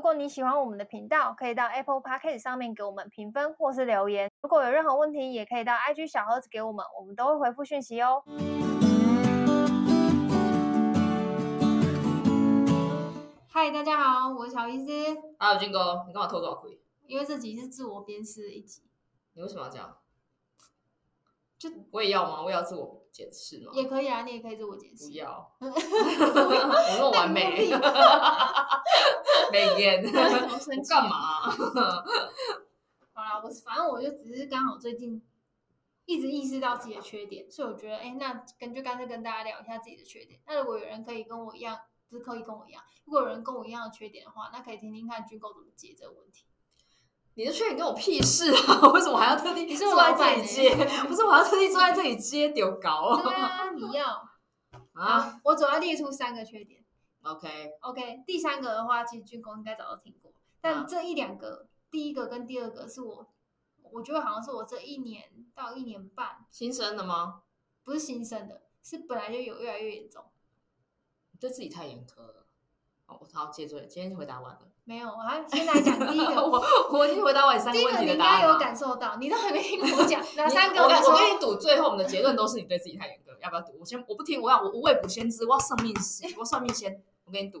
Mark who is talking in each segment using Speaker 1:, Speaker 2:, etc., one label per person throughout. Speaker 1: 果你喜欢我们的频道，可以到 Apple Podcast 上面给我们评分或是留言。如果有任何问题，也可以到 IG 小盒子给我们，我们都会回复讯息哦。嗨，大家好，我是小医师。
Speaker 2: 啊，军哥，你干嘛偷我窥？
Speaker 1: 因为这集是自我鞭尸的一集，
Speaker 2: 你为什么要这样？
Speaker 1: 就
Speaker 2: 我也要吗？我也要自我解释吗？
Speaker 1: 也可以啊，你也可以自我解
Speaker 2: 不
Speaker 1: 释。
Speaker 2: 要，我那么完美， 美 颜，
Speaker 1: 我
Speaker 2: 我
Speaker 1: 生气
Speaker 2: 干嘛？
Speaker 1: 好啦，我反正我就只是刚好最近一直意识到自己的缺点，所以我觉得，哎、那跟就干脆跟大家聊一下自己的缺点。那如果有人可以跟我一样，不是可以跟我一样，如果有人跟我一样的缺点的话，那可以听听看军购怎么解这个问题。
Speaker 2: 你的缺点跟我屁事啊！ 为什么还要特地
Speaker 1: 你是我
Speaker 2: 坐在
Speaker 1: 老板
Speaker 2: 这里接？ 不是，我还要特地坐在这里接丢稿
Speaker 1: 对啊，你要
Speaker 2: 啊
Speaker 1: 好我主要列出三个缺点。
Speaker 2: ？OK，
Speaker 1: OK，第三个的话，其实军工应该早就听过，但
Speaker 2: 啊
Speaker 1: 这一两个，第一个跟第二个是我，我觉得好像是我这一年到一年半，
Speaker 2: 新生的吗？
Speaker 1: 不是新生的，是本来就有越来越严重。
Speaker 2: 你对自己太严苛了。哦，我好接着，今天就回答完了。
Speaker 1: 没有，我还先来讲第一个，
Speaker 2: 我我已经回答完三个
Speaker 1: 第一
Speaker 2: 问
Speaker 1: 个
Speaker 2: 题
Speaker 1: 你
Speaker 2: 的
Speaker 1: 应
Speaker 2: 答
Speaker 1: 该
Speaker 2: 案
Speaker 1: 有
Speaker 2: 了。
Speaker 1: 感受到，你都还没听我讲哪
Speaker 2: 你
Speaker 1: 三个？
Speaker 2: 我跟我
Speaker 1: 跟你
Speaker 2: 跟
Speaker 1: 说，
Speaker 2: 你赌，最后我们的结论都是你对自己太严格，要不要赌？我先我不听，我要我无未卜先知，我要算命先，我算命先，我跟你赌，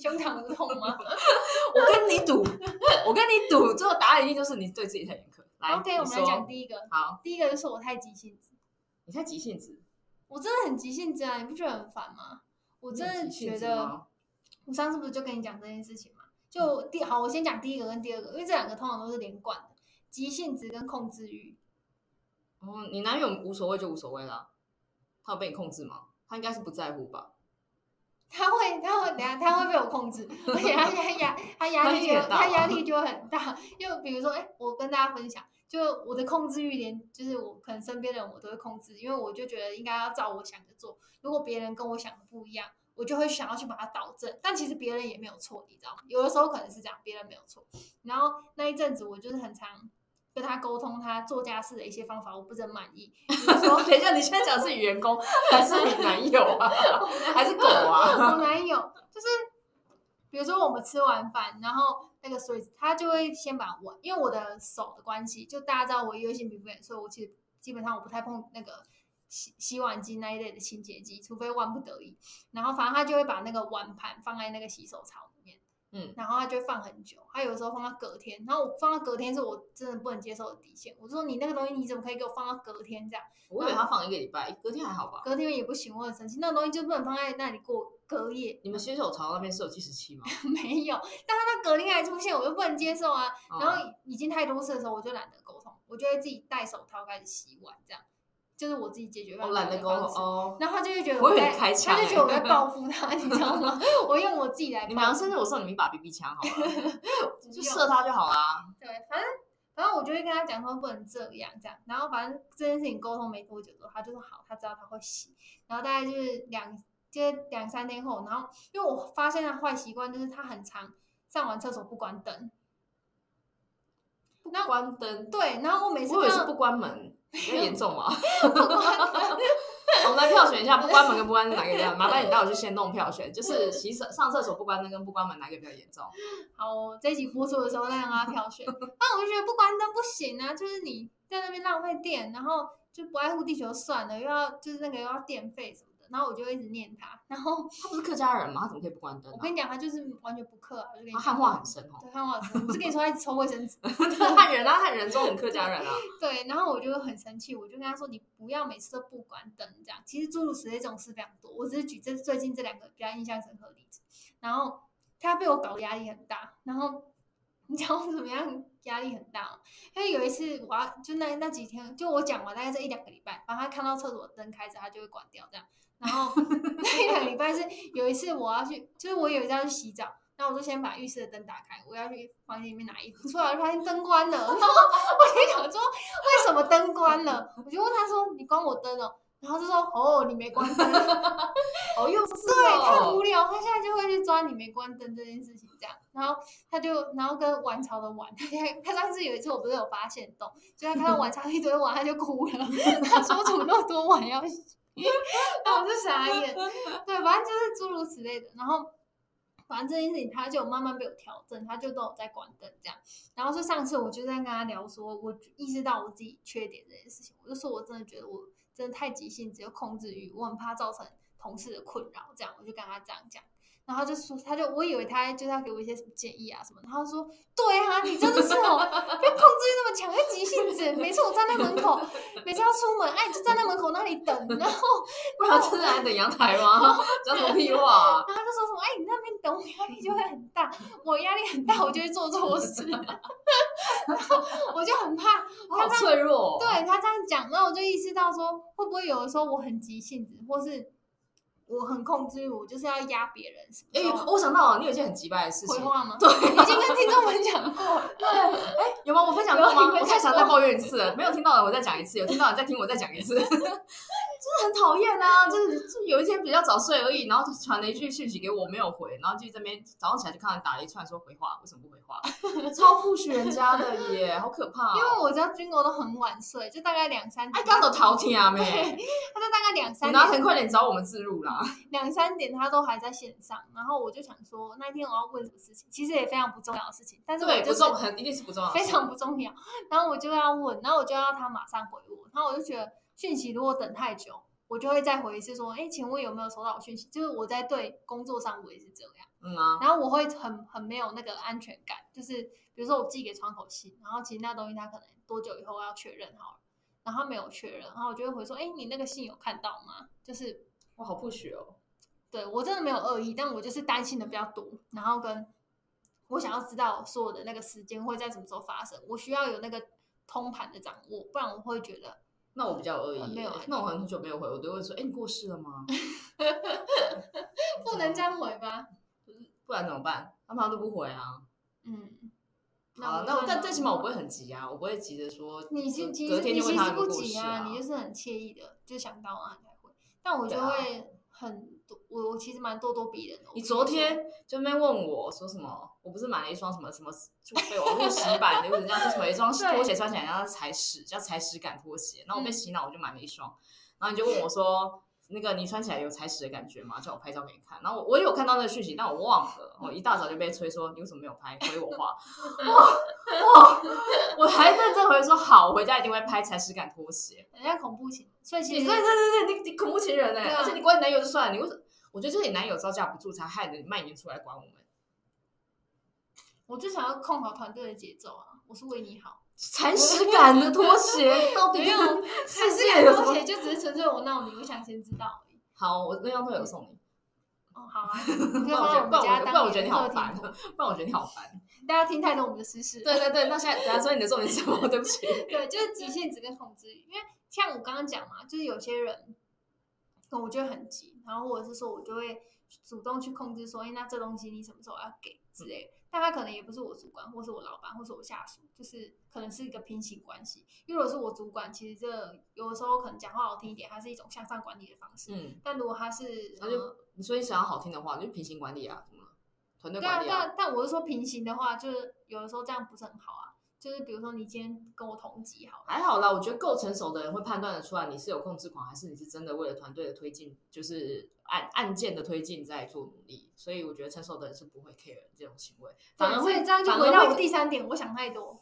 Speaker 1: 胸膛疼痛吗
Speaker 2: 我跟你赌， 我跟你赌，最后答案一定就是你对自己太严苛。 来
Speaker 1: ？OK，我
Speaker 2: 你说
Speaker 1: 们来讲第一个，
Speaker 2: 好，
Speaker 1: 第一个就是我太急性子，
Speaker 2: 你太急性子，
Speaker 1: 我真的很急性子啊，你不觉得很烦吗？我
Speaker 2: 我
Speaker 1: 真的觉得，我上次不是就跟你讲这件事情嘛？就第好，我先讲第一个跟第二个，因为这两个通常都是连贯的，急性子跟控制欲。
Speaker 2: 哦，你男友无所谓就无所谓啦，他有被你控制吗？他应该是不在乎吧？
Speaker 1: 他会，他会，等下他会被我控制，而且他现在压，他压力
Speaker 2: 他压力
Speaker 1: 就
Speaker 2: 很大
Speaker 1: 他压力就会很大。就比如说，哎、我跟大家分享，就我的控制欲连，就是我可能身边的人我都会控制，因为我就觉得应该要照我想的做，如果别人跟我想的不一样，我就会想要去把它导正。但其实别人也没有错，你知道吗？有的时候可能是这样，别人没有错。然后那一阵子，我就是很常跟他沟通他做家事的一些方法，我不是很满意，比如说
Speaker 2: 哦，等一下，你现在讲的是你员工还是你男友啊， 还是狗啊？
Speaker 1: 我男友就是，比如说我们吃完饭，然后那个水，他就会先把我，因为我的手的关系，就大家知道我也有一些皮肤炎，所以我其实基本上我不太碰那个洗洗碗机那一类的清洁剂，除非万不得已。然后反正他就会把那个碗盘放在那个洗手槽里面，
Speaker 2: 嗯，
Speaker 1: 然后他就会放很久，他有时候放到隔天，然后我放到隔天是我真的不能接受的底线。我就说你那个东西你怎么可以给我放到隔天这样？
Speaker 2: 我以为他放一个礼拜，隔天还好吧？
Speaker 1: 隔天也不行，我很生气，那个东西就不能放在那里过隔夜。
Speaker 2: 你们洗手槽那边是有计时器吗？
Speaker 1: 没有，但他那隔天还出现，我就不能接受啊。
Speaker 2: 哦
Speaker 1: 然后已经太多次的时候，我就懒得沟通，我就会自己戴手套开始洗碗，这样就是我自己解决办
Speaker 2: 我
Speaker 1: 法。
Speaker 2: 懒得沟通
Speaker 1: 哦。
Speaker 2: 哦。
Speaker 1: 然后他就会觉得
Speaker 2: 我以为
Speaker 1: 在，
Speaker 2: 你开
Speaker 1: 他
Speaker 2: 枪
Speaker 1: 就
Speaker 2: 欸
Speaker 1: 觉得我在报复他， 你知道吗？我用我自己来报 复，
Speaker 2: 你们好像甚至我送你们一把 BB 枪好 了，
Speaker 1: 不
Speaker 2: 就
Speaker 1: 用
Speaker 2: 射他就好啦。
Speaker 1: 对，反正反正我就会跟他讲说不能这样这样，然后反正这件事情沟通没多久之后，他就说好，他知道他会洗，然后大概就是两就是两三天后，然后因为我发现他坏习惯就是他很常上完厕所不关灯，那
Speaker 2: 关灯，
Speaker 1: 对，然后我每次
Speaker 2: 我以为
Speaker 1: 看
Speaker 2: 是
Speaker 1: 到
Speaker 2: 不关门，比较严重嘛。
Speaker 1: 哎不关灯，
Speaker 2: 我们来票选一下，不关门跟不关灯哪个严重？麻烦你带我去先弄票选，就是洗手上厕所不关灯跟不关门哪个比较严重？
Speaker 1: 好，我这一集播出的时候再让大家票选。那我就觉得不关灯不行啊，就是你在那边浪费电，然后就不爱护地球算了，又要就是那个又要电费什么的，然后我就一直念他，然后
Speaker 2: 他不是客家人吗？他怎么可以不关灯
Speaker 1: 我
Speaker 2: 啊？
Speaker 1: 跟你讲，他就是完全不克啊，我就跟你
Speaker 2: 他
Speaker 1: 讲
Speaker 2: 汉化很深 哦，
Speaker 1: 对，汉化很深，我是跟你说他一直抽卫生纸，
Speaker 2: 汉人啊，汉人中很客家人啊。
Speaker 1: 对，然后我就很生气，我就跟他说你不要每次都不关灯这样。其实诸如此类这种事非常多，我只是举这最近这两个比较印象深刻的例子。然后他被我搞得压力很大，然后你知道我怎么样压力很大吗？因为有一次我要就那那几天，就我讲完大概这一两个礼拜，然后他看到厕所灯开着，他就会关掉这样。然后那一两个礼拜是有一次我要去，就是我有一次要去洗澡。那我就先把浴室的灯打开，我要去房间里面拿衣服，出来发现灯关了，然后我就想说，为什么灯关了？ 我就问他说：“你关我灯哦。”然后他就说：“哦，你没关灯。”
Speaker 2: 哦，又是
Speaker 1: 对，太无
Speaker 2: 哦，
Speaker 1: 聊，他现在就会去抓你没关灯这件事情，这样，然后他就，然后跟晚潮的玩，他 现在他上次有一次我不是有发现洞，就他看到晚潮一堆碗，他就哭了，他说怎么那么多碗要 洗，然后我就傻眼，对，反正就是诸如此类的，然后反正这件事情他就有慢慢被我调整，他就都有在关灯这样。然后是上次我就在跟他聊说，我意识到我自己缺点这件事情，我就说我真的觉得我真的太急性子有控制欲，我很怕造成同事的困扰，这样我就跟他这样讲。然后他就说，他就我以为他就是要给我一些什么建议啊什么的，然后他说对啊，你真的是哦，不要控制欲那么强，要急性子。每次我站在门口，每次要出门，哎，你就站在门口那里等， 然后
Speaker 2: 不然真的还等阳台吗？讲什么屁 话、啊？
Speaker 1: 然后他就说什么，哎，你那边等我压力就会很大，我压力很大，我就会做错事， 然后我就很怕，
Speaker 2: 我好脆弱、哦。
Speaker 1: 对他这样讲，然后我就意识到说，会不会有的时候我很急性子，或是。我很控制欲，我就是要压别人。
Speaker 2: 哎、
Speaker 1: 哎，
Speaker 2: 我想到了，你有一件很奇怪的事
Speaker 1: 回
Speaker 2: 情，
Speaker 1: 话吗？
Speaker 2: 对，
Speaker 1: 已经跟听众们讲过了，
Speaker 2: 有吗？我分享
Speaker 1: 有
Speaker 2: 过
Speaker 1: 你
Speaker 2: 吗？
Speaker 1: 分
Speaker 2: 我太
Speaker 1: 享
Speaker 2: 想
Speaker 1: 过
Speaker 2: 再抱怨一次了，没有听到的我再讲一次，有听到的再听我再讲一次，真的很讨厌啊！就是就有一天比较早睡而已，然后就传了一句讯息给我没有回，然后就这边早上起来就看到打了一串说回话，为什么不回 话？超 push 人家的 耶， 好可怕、
Speaker 1: 因为
Speaker 2: 哦！
Speaker 1: 我知道军狗都很晚睡，就大概两三
Speaker 2: 哎，
Speaker 1: 点。
Speaker 2: 刚走逃天啊妹，
Speaker 1: 他就大概两
Speaker 2: 你
Speaker 1: 三
Speaker 2: 拿很
Speaker 1: 点，
Speaker 2: 快点找我们自入啦。
Speaker 1: 两三点他都还在线上。然后我就想说，那一天我要问什么事情，其实也非常不重要的事情，但是我
Speaker 2: 对，
Speaker 1: 就
Speaker 2: 不
Speaker 1: 是
Speaker 2: 重，很一定是不重要的
Speaker 1: 非
Speaker 2: 事，
Speaker 1: 常不重要。然后我就要问，然后我就要他马上回我，然后我就觉得讯息如果等太久，我就会再回一次说，哎，请问有没有收到我讯息？就是我在对工作上我也是这样。
Speaker 2: 嗯啊。
Speaker 1: 然后我会很很没有那个安全感，就是比如说我寄给窗口信，然后其实那东西他可能多久以后要确认好了，然后他没有确认，然后我就会回说，哎，你那个信有看到吗？就是
Speaker 2: 哇，好 push 哦！
Speaker 1: 对我真的没有恶意，但我就是担心的比较多，然后跟我想要知道所有的那个时间会在什么时候发生，我需要有那个通盘的掌握，不然我会觉得
Speaker 2: 那我比较恶意耶，
Speaker 1: 没有啊
Speaker 2: 那我很哦久没有回，我都会说，哎、你过世了吗？
Speaker 1: 不能这样回吧，
Speaker 2: 不然怎么办？他们都不回啊。
Speaker 1: 嗯，
Speaker 2: 好，啊那我
Speaker 1: 就
Speaker 2: 但最起码我不会很急啊，我不会急着说，
Speaker 1: 你
Speaker 2: 隔
Speaker 1: 是其
Speaker 2: 隔
Speaker 1: 实
Speaker 2: 天
Speaker 1: 你
Speaker 2: 就问
Speaker 1: 其
Speaker 2: 他
Speaker 1: 实
Speaker 2: 有没
Speaker 1: 不
Speaker 2: 有过
Speaker 1: 急
Speaker 2: 世
Speaker 1: 啊，你就是很惬意的，就想到啊才会。但我
Speaker 2: 对
Speaker 1: 就
Speaker 2: 啊
Speaker 1: 会很多，我我其实蛮咄咄逼人的。我
Speaker 2: 你
Speaker 1: 必须
Speaker 2: 昨
Speaker 1: 说
Speaker 2: 天就那边问我说什么？我不是买了一双什么什么就被网络洗版的，或者人家说什么一双
Speaker 1: 对
Speaker 2: 拖鞋穿起来像踩屎，叫踩屎感拖鞋。然后我被
Speaker 1: 嗯
Speaker 2: 洗脑，我就买了一双。然后你就问我说，那个你穿起来有踩屎的感觉吗？叫我拍照给你看。然后我我有看到那个讯息，但我忘了。我一大早就被催说你为什么没有拍回我话？哇哇！我还认真回说好，我回家一定会拍踩屎感拖鞋。
Speaker 1: 人家恐怖情，所以其
Speaker 2: 你
Speaker 1: 实
Speaker 2: 对对对对，你你恐怖情人哎、
Speaker 1: 对啊
Speaker 2: 而且你管你男友就算了，你为什么？我觉得就是你男友招架不住，才害得你蔓延出来管我们，
Speaker 1: 我就想要控好团队的节奏啊，我是为你好。
Speaker 2: 铲屎感的拖鞋 到底
Speaker 1: 没有，
Speaker 2: 世
Speaker 1: 是
Speaker 2: 界有什
Speaker 1: 拖
Speaker 2: 么
Speaker 1: 鞋？就只是纯粹我闹你，我想先知道而已。
Speaker 2: 好，我那双拖鞋我送你，
Speaker 1: 哦，好啊，你
Speaker 2: 不
Speaker 1: 就
Speaker 2: 然我觉得
Speaker 1: 放在们
Speaker 2: 不然
Speaker 1: 家
Speaker 2: 我
Speaker 1: 当
Speaker 2: 不然我觉得
Speaker 1: 年
Speaker 2: 你
Speaker 1: 的
Speaker 2: 好
Speaker 1: 客
Speaker 2: 烦，哦
Speaker 1: 厅头
Speaker 2: 不然我觉得你好烦。
Speaker 1: 大家听太懂我们的私事。
Speaker 2: 对对对，那现在等下所以你的重点是什么？对 不起，
Speaker 1: 对，就是极限值跟控制欲。因为像我刚刚讲嘛，就是有些人，哦我就会很急，然后或者是说我就会主动去控制说，哎，那这东西你什么时候要给之类的。但他可能也不是我主管，或是我老板，或是我下属，就是可能是一个平行关系。因为如果是我主管，其实这有的时候可能讲话好听一点，它是一种向上管理的方式。
Speaker 2: 嗯，
Speaker 1: 但如果他是，呃
Speaker 2: 那就你说你想要好听的话，就平行管理啊，怎么了？团队
Speaker 1: 对啊，
Speaker 2: 管理啊，
Speaker 1: 但但我是说平行的话，就是有的时候这样不是很好啊。就是比如说你今天跟我同级好了，
Speaker 2: 还好啦，我觉得够成熟的人会判断得出来你是有控制狂，还是你是真的为了团队的推进，就是案案件的推进在做努力。所以我觉得成熟的人是不会 care 这种行为，反而
Speaker 1: 对所以
Speaker 2: 会
Speaker 1: 这样就
Speaker 2: 反而
Speaker 1: 回到
Speaker 2: 会
Speaker 1: 我第三点，我想太多，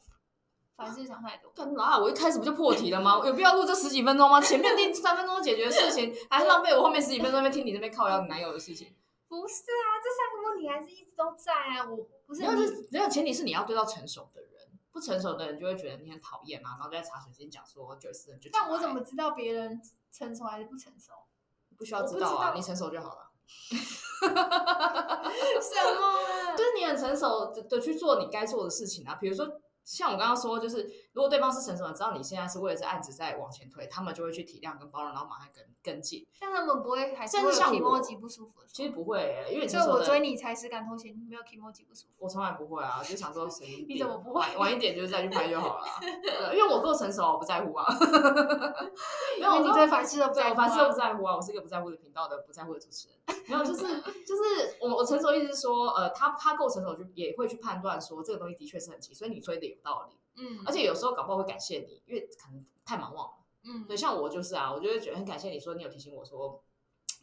Speaker 1: 凡事想太多。
Speaker 2: 干嘛、我一开始不就破题了吗？有必要录这十几分钟吗？前面第三分钟解决的事情，还浪费我后面十几分钟在那边听你那边靠腰你男友的事情。
Speaker 1: 不是啊，这三个问题还是一直都在啊。我不是
Speaker 2: 没有，
Speaker 1: 你
Speaker 2: 就是没有，前提是你要对到成熟的人，不成熟的人就会觉得你很讨厌啊，然后在茶水间讲说九四人就。
Speaker 1: 但我怎么知道别人成熟还是不成 熟？
Speaker 2: 不需要
Speaker 1: 我不
Speaker 2: 知道
Speaker 1: 知
Speaker 2: 啊？
Speaker 1: 道
Speaker 2: 你成熟就好了。
Speaker 1: 什么
Speaker 2: 就是你很成熟的去做你该做的事情啊，比如说。像我刚刚说，就是如果对方是成熟的，知道你现在是为了这案子在往前推，他们就会去体谅跟包容，然后马上跟跟进。
Speaker 1: 但他们不会还是
Speaker 2: 甚
Speaker 1: 会
Speaker 2: 至
Speaker 1: 有
Speaker 2: 像
Speaker 1: i m o
Speaker 2: 我
Speaker 1: j 不舒服的
Speaker 2: 其
Speaker 1: 时
Speaker 2: 实
Speaker 1: 候。
Speaker 2: 不会、欸，因为你
Speaker 1: 所
Speaker 2: 成
Speaker 1: 以
Speaker 2: 熟的
Speaker 1: 我追你才是敢偷情，你没有 emoji 不舒服。
Speaker 2: 我从来不会啊，就想说神经病，
Speaker 1: 你怎么不会
Speaker 2: 晚晚一点就是再去拍就好了 啊、对，因为我够成熟啊，我不在乎啊。 没
Speaker 1: 因为你
Speaker 2: 我
Speaker 1: 对凡事都不
Speaker 2: 对
Speaker 1: 在
Speaker 2: 我
Speaker 1: 乎
Speaker 2: 凡事都
Speaker 1: 啊
Speaker 2: 不。在乎啊，我是一个不在乎的频道的不在乎的主持人。 没有，就是就是我我成熟意思是说，呃，他他够成熟就也会去判断说这个东西的确是很急，所以你推的有道理，
Speaker 1: 嗯，
Speaker 2: 而且有时候搞不好会感谢你，因为可能太忙忘了。
Speaker 1: 嗯
Speaker 2: 对，，像我就是啊，我就会觉得很感谢你说你有提醒我说。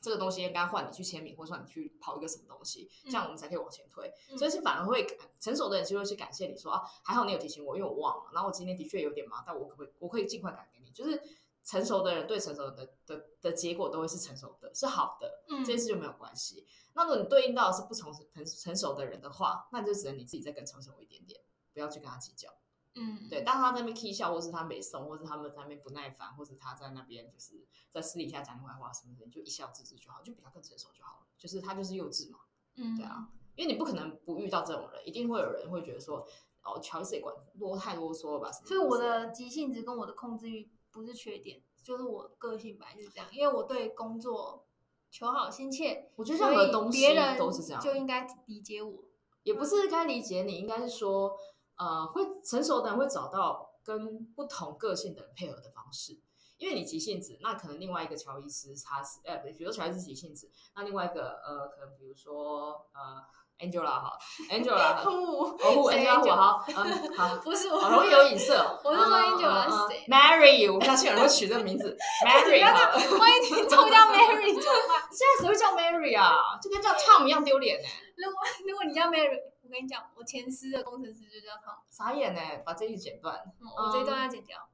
Speaker 2: 这个东西应该换你去签名，或者说你去跑一个什么东西，这样我们才可以往前推。
Speaker 1: 嗯
Speaker 2: 所以是反而会感成熟的人就会去感谢你说啊，还好你有提醒我，因为我忘了。然后我今天的确有点忙，但我可不可以我可以尽快改给你？就是成熟的人对成熟的的的结果都会是成熟的，是好的，
Speaker 1: 嗯
Speaker 2: 这件事就没有关系。那如果你对应到的是不成成成熟的人的话，那就只能你自己再更成熟一点点，不要去跟他计较。
Speaker 1: 嗯，
Speaker 2: 对，当他在那边 k 笑，或是他没送，或是他们在那边不耐烦，或是他在那边就是在私底下讲另外话什么的，你就一笑置之就好，就比他更成熟就好了。就是他就是幼稚嘛，
Speaker 1: 嗯，
Speaker 2: 对啊，因为你不可能不遇到这种人，一定会有人会觉得说，哦，乔伊斯也管啰太啰嗦了吧什么之
Speaker 1: 所
Speaker 2: 类。
Speaker 1: 以我的急性子跟我的控制欲不是缺点，就是我个性本来就是这样，因为我对工作求好心切，
Speaker 2: 我觉得
Speaker 1: 所
Speaker 2: 任何
Speaker 1: 以
Speaker 2: 东西
Speaker 1: 别人
Speaker 2: 都是这样
Speaker 1: 就应该理解我。
Speaker 2: 也不是该理解你，应该是说，呃，会成熟的人会找到跟不同个性的人配合的方式。因为你急性子，那可能另外一个乔伊斯他是，呃，比如说乔伊斯急性子，那另外一个呃，可能比如说呃，Angela 好，Angela 好，
Speaker 1: 不，
Speaker 2: 哦不
Speaker 1: 谁
Speaker 2: ，Angela 我
Speaker 1: Angela？
Speaker 2: 好，嗯，好，
Speaker 1: 不是
Speaker 2: 好
Speaker 1: 我
Speaker 2: 容易有影射 哦。
Speaker 1: 我是说
Speaker 2: 嗯嗯嗯
Speaker 1: Angela
Speaker 2: 嗯
Speaker 1: 是谁
Speaker 2: ？Mary，我相信有人会取这个名 字
Speaker 1: 不
Speaker 2: ，Mary
Speaker 1: 要
Speaker 2: 好了。
Speaker 1: 万一你抽到 Mary 就怕。
Speaker 2: 现在谁会叫 Mary 啊？就跟叫 Tom 一样丢脸呢、
Speaker 1: 如果如果你叫 Mary，我跟你讲，我前司的工程师就叫他，
Speaker 2: 傻眼呢、把这一剪断。
Speaker 1: 嗯我这一段要剪掉。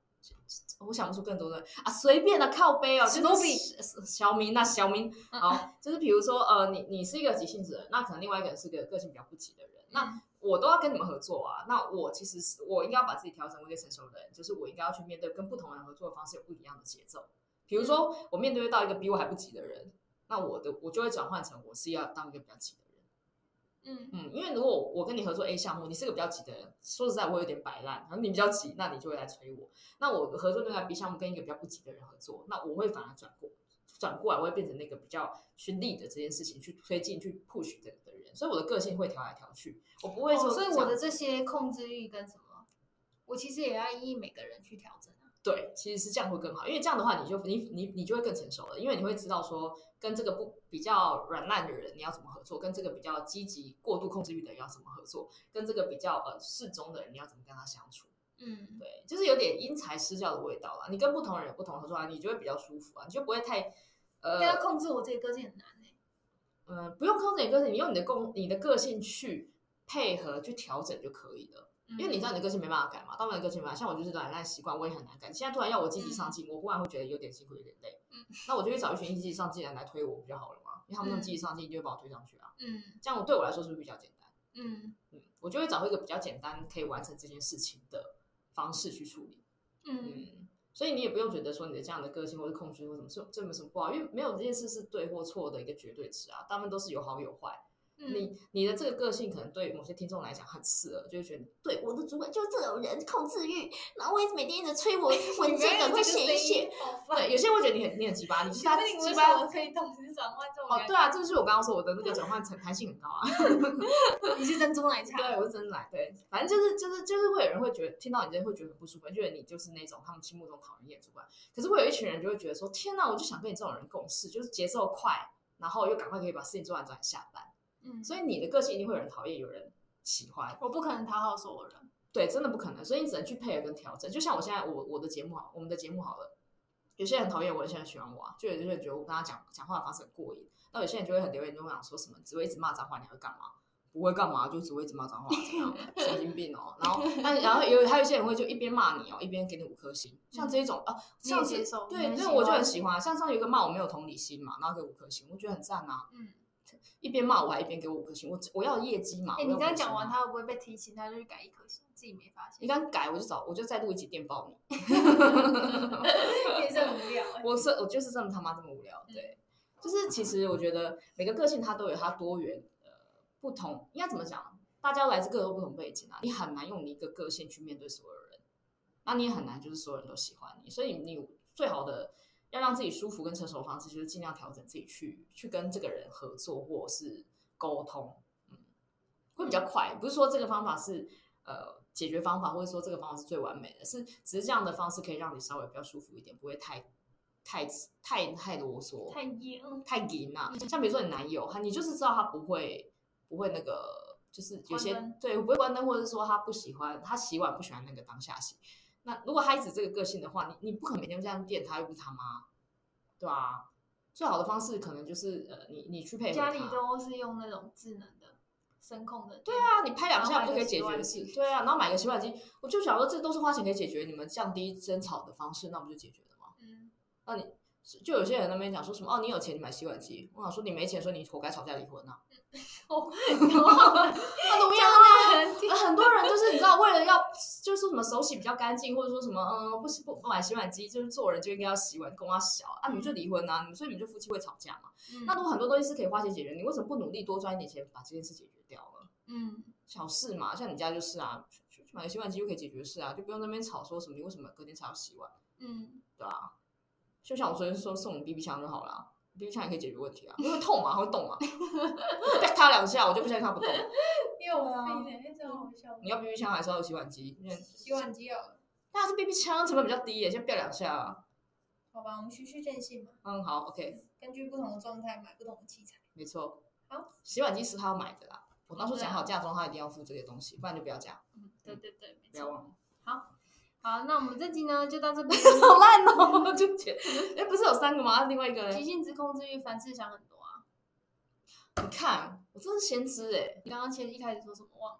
Speaker 2: 我想不出更多的啊，随便的、靠背哦，就是
Speaker 1: Snoopy
Speaker 2: 小明那小明，
Speaker 1: 嗯
Speaker 2: 好，就是比如说呃，你你是一个急性子的人，那可能另外一个人是个个性比较不急的人，那我都要跟你们合作啊，那我其实是我应该要把自己调整为一个成熟的人，就是我应该要去面对跟不同人合作的方式有不一样的节奏，比如说我面对到一个比我还不急的人，那我的我就会转换成我是要当一个比较急的人。
Speaker 1: 嗯
Speaker 2: 嗯，因为如果我跟你合作 A 项目，你是个比较急的人，说实在我有点摆烂，然后你比较急，那你就会来催我。那我合作另外 B 项目跟一个比较不急的人合作，那我会反而转过转过来，我会变成那个比较去 lead 的这件事情，去推进、去 push 的的人。所以我的个性会调来调去，我不会说
Speaker 1: 哦
Speaker 2: 这
Speaker 1: 所以
Speaker 2: 样、
Speaker 1: 我的这些控制欲跟什么，我其实也要依每个人去调整啊。
Speaker 2: 对，其实是这样会更好，因为这样的话，你就你你你就会更成熟了，因为你会知道说跟这个不比较软烂的人你要怎么合作，跟这个比较积极过度控制欲的人要怎么合作，跟这个比较呃适中的人你要怎么跟他相处。
Speaker 1: 嗯，
Speaker 2: 对，就是有点因材施教的味道啦。你跟不同人有不同的合作啊，你就会比较舒服啊，你就不会太
Speaker 1: 但要
Speaker 2: 呃
Speaker 1: 控制我自己个性很难欸
Speaker 2: 呃，不用控制你的个性，你用你的共你的个性去配合去调整就可以了。
Speaker 1: 嗯
Speaker 2: 因为你知道你的个性没办法改嘛，当然个性没办法，像我就是懒懒习惯，我也很难改。现在突然要我积极上进，我忽然会觉得有点辛苦，有点累。
Speaker 1: 嗯
Speaker 2: 那我就去找一群积极上进的人来推我不就好了嘛？因为他们那么
Speaker 1: 嗯
Speaker 2: 积极上进，就会把我推上去啊。
Speaker 1: 嗯
Speaker 2: 这样对我来说是不是比较简单？
Speaker 1: 嗯
Speaker 2: 嗯，我就会找一个比较简单可以完成这件事情的方式去处理。
Speaker 1: 嗯
Speaker 2: 嗯，所以你也不用觉得说你的这样的个性或是控制欲或什么，这这没什么不好，因为没有这件事是对或错的一个绝对值啊，他们都是有好有坏。
Speaker 1: 嗯，
Speaker 2: 你你的这个个性可能对某些听众来讲很刺耳，就会觉得对我的主管就是这种人，控制欲，然后我一直每天一直催我文件赶快写一写。， 对，有些人会觉得你很你很鸡巴，你就是
Speaker 1: 请
Speaker 2: 他
Speaker 1: 哦问你为
Speaker 2: 鸡
Speaker 1: 什么
Speaker 2: 巴。
Speaker 1: 可以同时转换这种
Speaker 2: 哦，
Speaker 1: 感觉？
Speaker 2: 对啊，这就是我刚刚说我的那个转换成弹性很高啊。
Speaker 1: 你是珍珠奶茶，
Speaker 2: 对，我是真来，对，反正就是就是就是会有人会觉得听到你这会觉得很不舒服，觉得你就是那种他们心目中讨人厌的主管。可是会有一群人就会觉得说，天哪，我就想跟你这种人共事，就是节奏快，然后又赶快可以把事情做完，早点下班。
Speaker 1: 嗯，
Speaker 2: 所
Speaker 1: 以
Speaker 2: 以你的个性一定会有人讨厌，有人喜欢，
Speaker 1: 我不可能讨好所有人。
Speaker 2: 对，真的不可能。所以你只能去配合跟调整。就像我现在我我的节目啊好，我们的节目好了。有些人讨厌我，有些人喜欢我、啊，就有些人觉得我跟他讲讲话的方式很过瘾，那有些人就会很留言，就会想说什么只会一直骂脏话，你会干嘛？不会干嘛，就只会一直骂脏话，这 样神经病哦。然后，但然后有还有一些人会就一边骂你哦，一边给你五颗星，像这一种哦，
Speaker 1: 你也
Speaker 2: 上次
Speaker 1: 接受你
Speaker 2: 对
Speaker 1: 很
Speaker 2: 对，
Speaker 1: 喜欢
Speaker 2: 我就很喜欢。像上次有一个骂我没有同理心嘛，然后给五颗星，我觉得很赞啊。
Speaker 1: 嗯，
Speaker 2: 一边骂我还一边给我五颗星，我我要业绩嘛。
Speaker 1: 哎，
Speaker 2: 我
Speaker 1: 你
Speaker 2: 要五
Speaker 1: 刚刚
Speaker 2: 颗星啊
Speaker 1: 讲完，他会不会被提醒？他就去改一颗星，自己没发
Speaker 2: 你
Speaker 1: 现，
Speaker 2: 敢改，我就找，我就再录一集电报你。
Speaker 1: 也是很无 聊哎。
Speaker 2: 我是我就是这么他妈这么无聊，对，就是其实我觉得每个个性它都有它多元呃不同，应该怎么讲？大家来自各个不同背景啊，你很难用你一个个性去面对所有人，那你也很难就是所有人都喜欢你，所以你最好的要让自己舒服跟成熟的方式就是尽量调整自己去去跟这个人合作或是沟通，嗯，会比较快。不是说这个方法是呃解决方法，或者说这个方法是最完美的，是只是这样的方式可以让你稍微比较舒服一点，不会太太太太啰嗦，
Speaker 1: 太硬，嗯
Speaker 2: 太紧啊。像比如说你男友，他你就是知道他不会不会那个，就是有
Speaker 1: 关
Speaker 2: 些
Speaker 1: 灯
Speaker 2: 对不会关灯，或者是说他不喜欢他洗碗不喜欢那个当下洗。那如果他一直这个个性的话，你你不可能每天这样电他，又不是他妈，对啊。最好的方式可能就是呃，你你去配合
Speaker 1: 家
Speaker 2: 他。
Speaker 1: 里都是用那种智能的声控的，
Speaker 2: 对，啊，你拍两
Speaker 1: 然
Speaker 2: 下
Speaker 1: 后买
Speaker 2: 不就可以
Speaker 1: 个
Speaker 2: 解
Speaker 1: 洗
Speaker 2: 决
Speaker 1: 碗
Speaker 2: 的事
Speaker 1: 机？
Speaker 2: 对啊，然后买个洗碗机，我就想说这都是花钱可以解决，你们降低争吵的方式，那不就解决了吗？
Speaker 1: 嗯，
Speaker 2: 那你就有些人那边讲说什么哦，你有钱你买洗碗机，我想说你没钱，所以你活该吵架离婚啊。
Speaker 1: 哦， 然后
Speaker 2: 那怎么样呢？
Speaker 1: 这样很
Speaker 2: 呃很多人就是你知道，为了要就是说什么手洗比较干净，或者说什么嗯不洗不不买洗碗机，就是做人就应该要洗碗，跟我小啊，你们
Speaker 1: 嗯
Speaker 2: 就离婚啊，你们所以你们就夫妻会吵架嘛。那如果很多东西是可以花钱解决，你为什么不努力多赚一点钱把这件事解决掉呢？
Speaker 1: 嗯
Speaker 2: 小事嘛，像你家就是啊，去去买个洗碗机就可以解决事啊，就不用那边吵说什么你为什么隔天才要洗碗，
Speaker 1: 嗯
Speaker 2: 就像我昨天说送你 BB 枪就好啦 BB 枪也可以解决问题啊，因为痛嘛，它会动嘛，啪它两下我就不相信它不动。
Speaker 1: 你有
Speaker 2: 对啊
Speaker 1: 病哎，这样好笑吗
Speaker 2: 你要 BB 枪还是要有洗碗机？因为
Speaker 1: 洗碗机哦，
Speaker 2: 但是 BB 枪成本比较低耶，先不要两下啊。
Speaker 1: 好吧，我们循序渐进嘛，
Speaker 2: 嗯，好，OK，
Speaker 1: 根据不同的状态买不同的器材。
Speaker 2: 没错。
Speaker 1: 好，
Speaker 2: 洗碗机是他要买的啦。我当初
Speaker 1: 嗯对啊
Speaker 2: 讲好嫁妆，他一定要付这些东西，不然就不要嫁，
Speaker 1: 嗯，对对对，没
Speaker 2: 不要
Speaker 1: 错。
Speaker 2: 忘了。
Speaker 1: 好，好，那我们这集呢就到这 边。
Speaker 2: 好烂哦，我就觉得，哎，不是有三个吗？另外一个呢
Speaker 1: 急？性子、控制欲、凡事想很多啊。
Speaker 2: 你看，我真是先知哎，
Speaker 1: 你刚刚前一开始说什么忘了？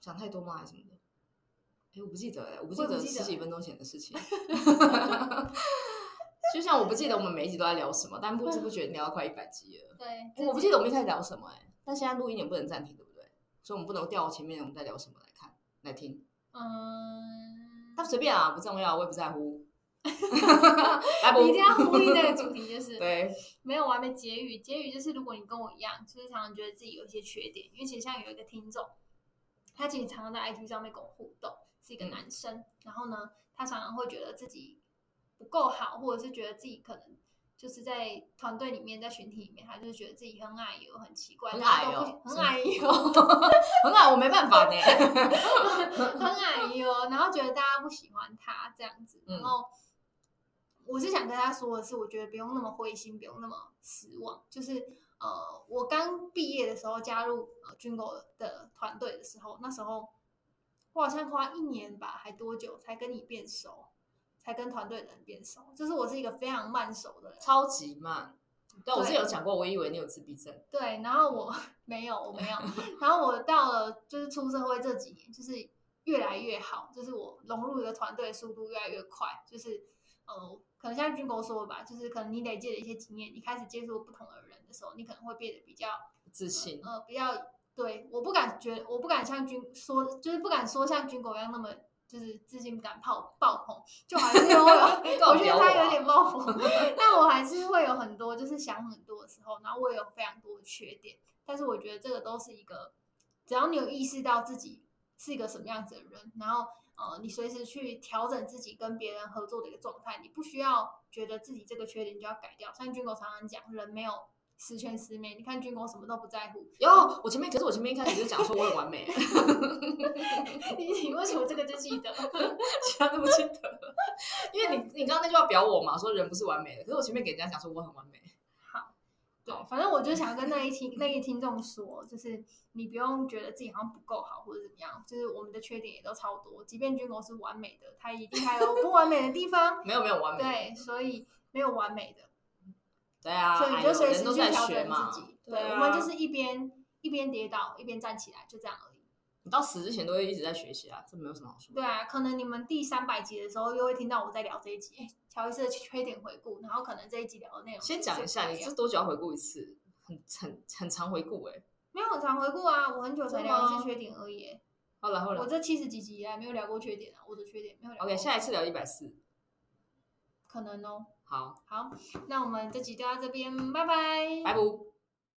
Speaker 2: 想太多吗？还是什么的？哎，我不记得哎，我不
Speaker 1: 我
Speaker 2: 记
Speaker 1: 也不
Speaker 2: 得
Speaker 1: 记
Speaker 2: 十
Speaker 1: 得
Speaker 2: 几分钟前的事 情。就像我不记得我们每一集都在聊什么，但不知不觉聊到快一百集了。
Speaker 1: 啊对，
Speaker 2: 哎我不记得我们一开始聊什么哎，但现在录音也不能暂停，对不对？所以我们不能调前面我们在聊什么来看来听。
Speaker 1: 嗯，
Speaker 2: 但随便啊，不重要，我也不在乎。来不
Speaker 1: 你一定要呼应那个主题，就 是
Speaker 2: 对，
Speaker 1: 没有完美结语。结语就是，如果你跟我一样，就是常常觉得自己有一些缺点，因为其实像有一个听众，他其实常常在 IG 上面跟我互动，是一个
Speaker 2: 嗯
Speaker 1: 男生。然后呢，他常常会觉得自己不够好，或者是觉得自己可能就是在团队里面，在群体里面，他就是觉得自己很矮油，很奇怪，
Speaker 2: 很
Speaker 1: 大家
Speaker 2: 矮
Speaker 1: 都不
Speaker 2: 哦
Speaker 1: 很哦
Speaker 2: 是
Speaker 1: 矮油，
Speaker 2: 很好，我没办法呢。
Speaker 1: 很矮哟，然后觉得大家不喜欢他这样子，然
Speaker 2: 嗯
Speaker 1: 后我是想跟他说的是，我觉得不用那么灰心，不用那么失望。就是呃，我刚毕业的时候加入呃军狗的团队的时候，那时候我好像花一年吧，还多久才跟你变熟，才跟团队的人变熟。就是我是一个非常慢熟的人，
Speaker 2: 超级慢。对，我
Speaker 1: 对
Speaker 2: 之前有讲过，我以为你有自闭症。
Speaker 1: 对，然后我 没有，我没有。然后我到了就是出社会这几年，就是越来越好，就是我融入一个团队的速度越来越快，就是呃，可能像军狗说的吧，就是可能你累积了一些经验，你开始接触不同的人的时候，你可能会变得比较
Speaker 2: 自信，
Speaker 1: 呃比较对，我不敢觉，我不敢像军说，就是不敢说像军狗一样那么。就是自信感爆爆棚，就还是有我觉得
Speaker 2: 啊
Speaker 1: 他有点冒火，但我还是会有很多就是想很多的时候，然后我也有非常多的缺点，但是我觉得这个都是一个，只要你有意识到自己是一个什么样子的人，然后呃，你随时去调整自己跟别人合作的一个状态，你不需要觉得自己这个缺点就要改掉。像军狗常常讲，人没有十全十美，你看军狗什么都不在乎，
Speaker 2: 有，我前面可是我前面一开始就讲说我很完美，
Speaker 1: 你你为什么这个就记得？
Speaker 2: 其他都不记得。因为你你刚刚那句话表我嘛，说人不是完美的，可是我前面给人家讲说我很完美。。
Speaker 1: 对，反正我就想跟那一听那一听众说，就是你不用觉得自己好像不够好或者怎么样，就是我们的缺点也都超多，即便军狗是完美的，它一定还有不完美的地方
Speaker 2: 没有没有完美，
Speaker 1: 对，所以没有完美的，
Speaker 2: 对啊，
Speaker 1: 所以你就
Speaker 2: 哎呦
Speaker 1: 随
Speaker 2: 人
Speaker 1: 时
Speaker 2: 都
Speaker 1: 去
Speaker 2: 在
Speaker 1: 调
Speaker 2: 学嘛
Speaker 1: 整自己。。
Speaker 2: 对
Speaker 1: 我
Speaker 2: 啊，
Speaker 1: 们就是一边一边跌倒一边站起来，就这样而已。
Speaker 2: 你到死之前都会一直在学习啊，这没有什么好说。
Speaker 1: 对，啊，可能你们第三百集的时候又会听到我在聊这一集，哎，乔伊斯的缺点回顾，然后可能这一集聊的内容
Speaker 2: 先讲一下，
Speaker 1: 是
Speaker 2: 你
Speaker 1: 不一样
Speaker 2: 是多久要回顾一次？很很很常回顾哎。
Speaker 1: 没有很常回顾啊，我很久才聊一
Speaker 2: 真的吗
Speaker 1: 次缺点而已。哎
Speaker 2: 好了好
Speaker 1: 我
Speaker 2: 了
Speaker 1: 这七十几集以来没有聊过缺点啊，我的缺点没有聊过。
Speaker 2: ，OK，下一次聊一百四。
Speaker 1: 可能哦。
Speaker 2: 好，
Speaker 1: 好，那我们这集就到这边，拜拜。嗯
Speaker 2: 拜拜。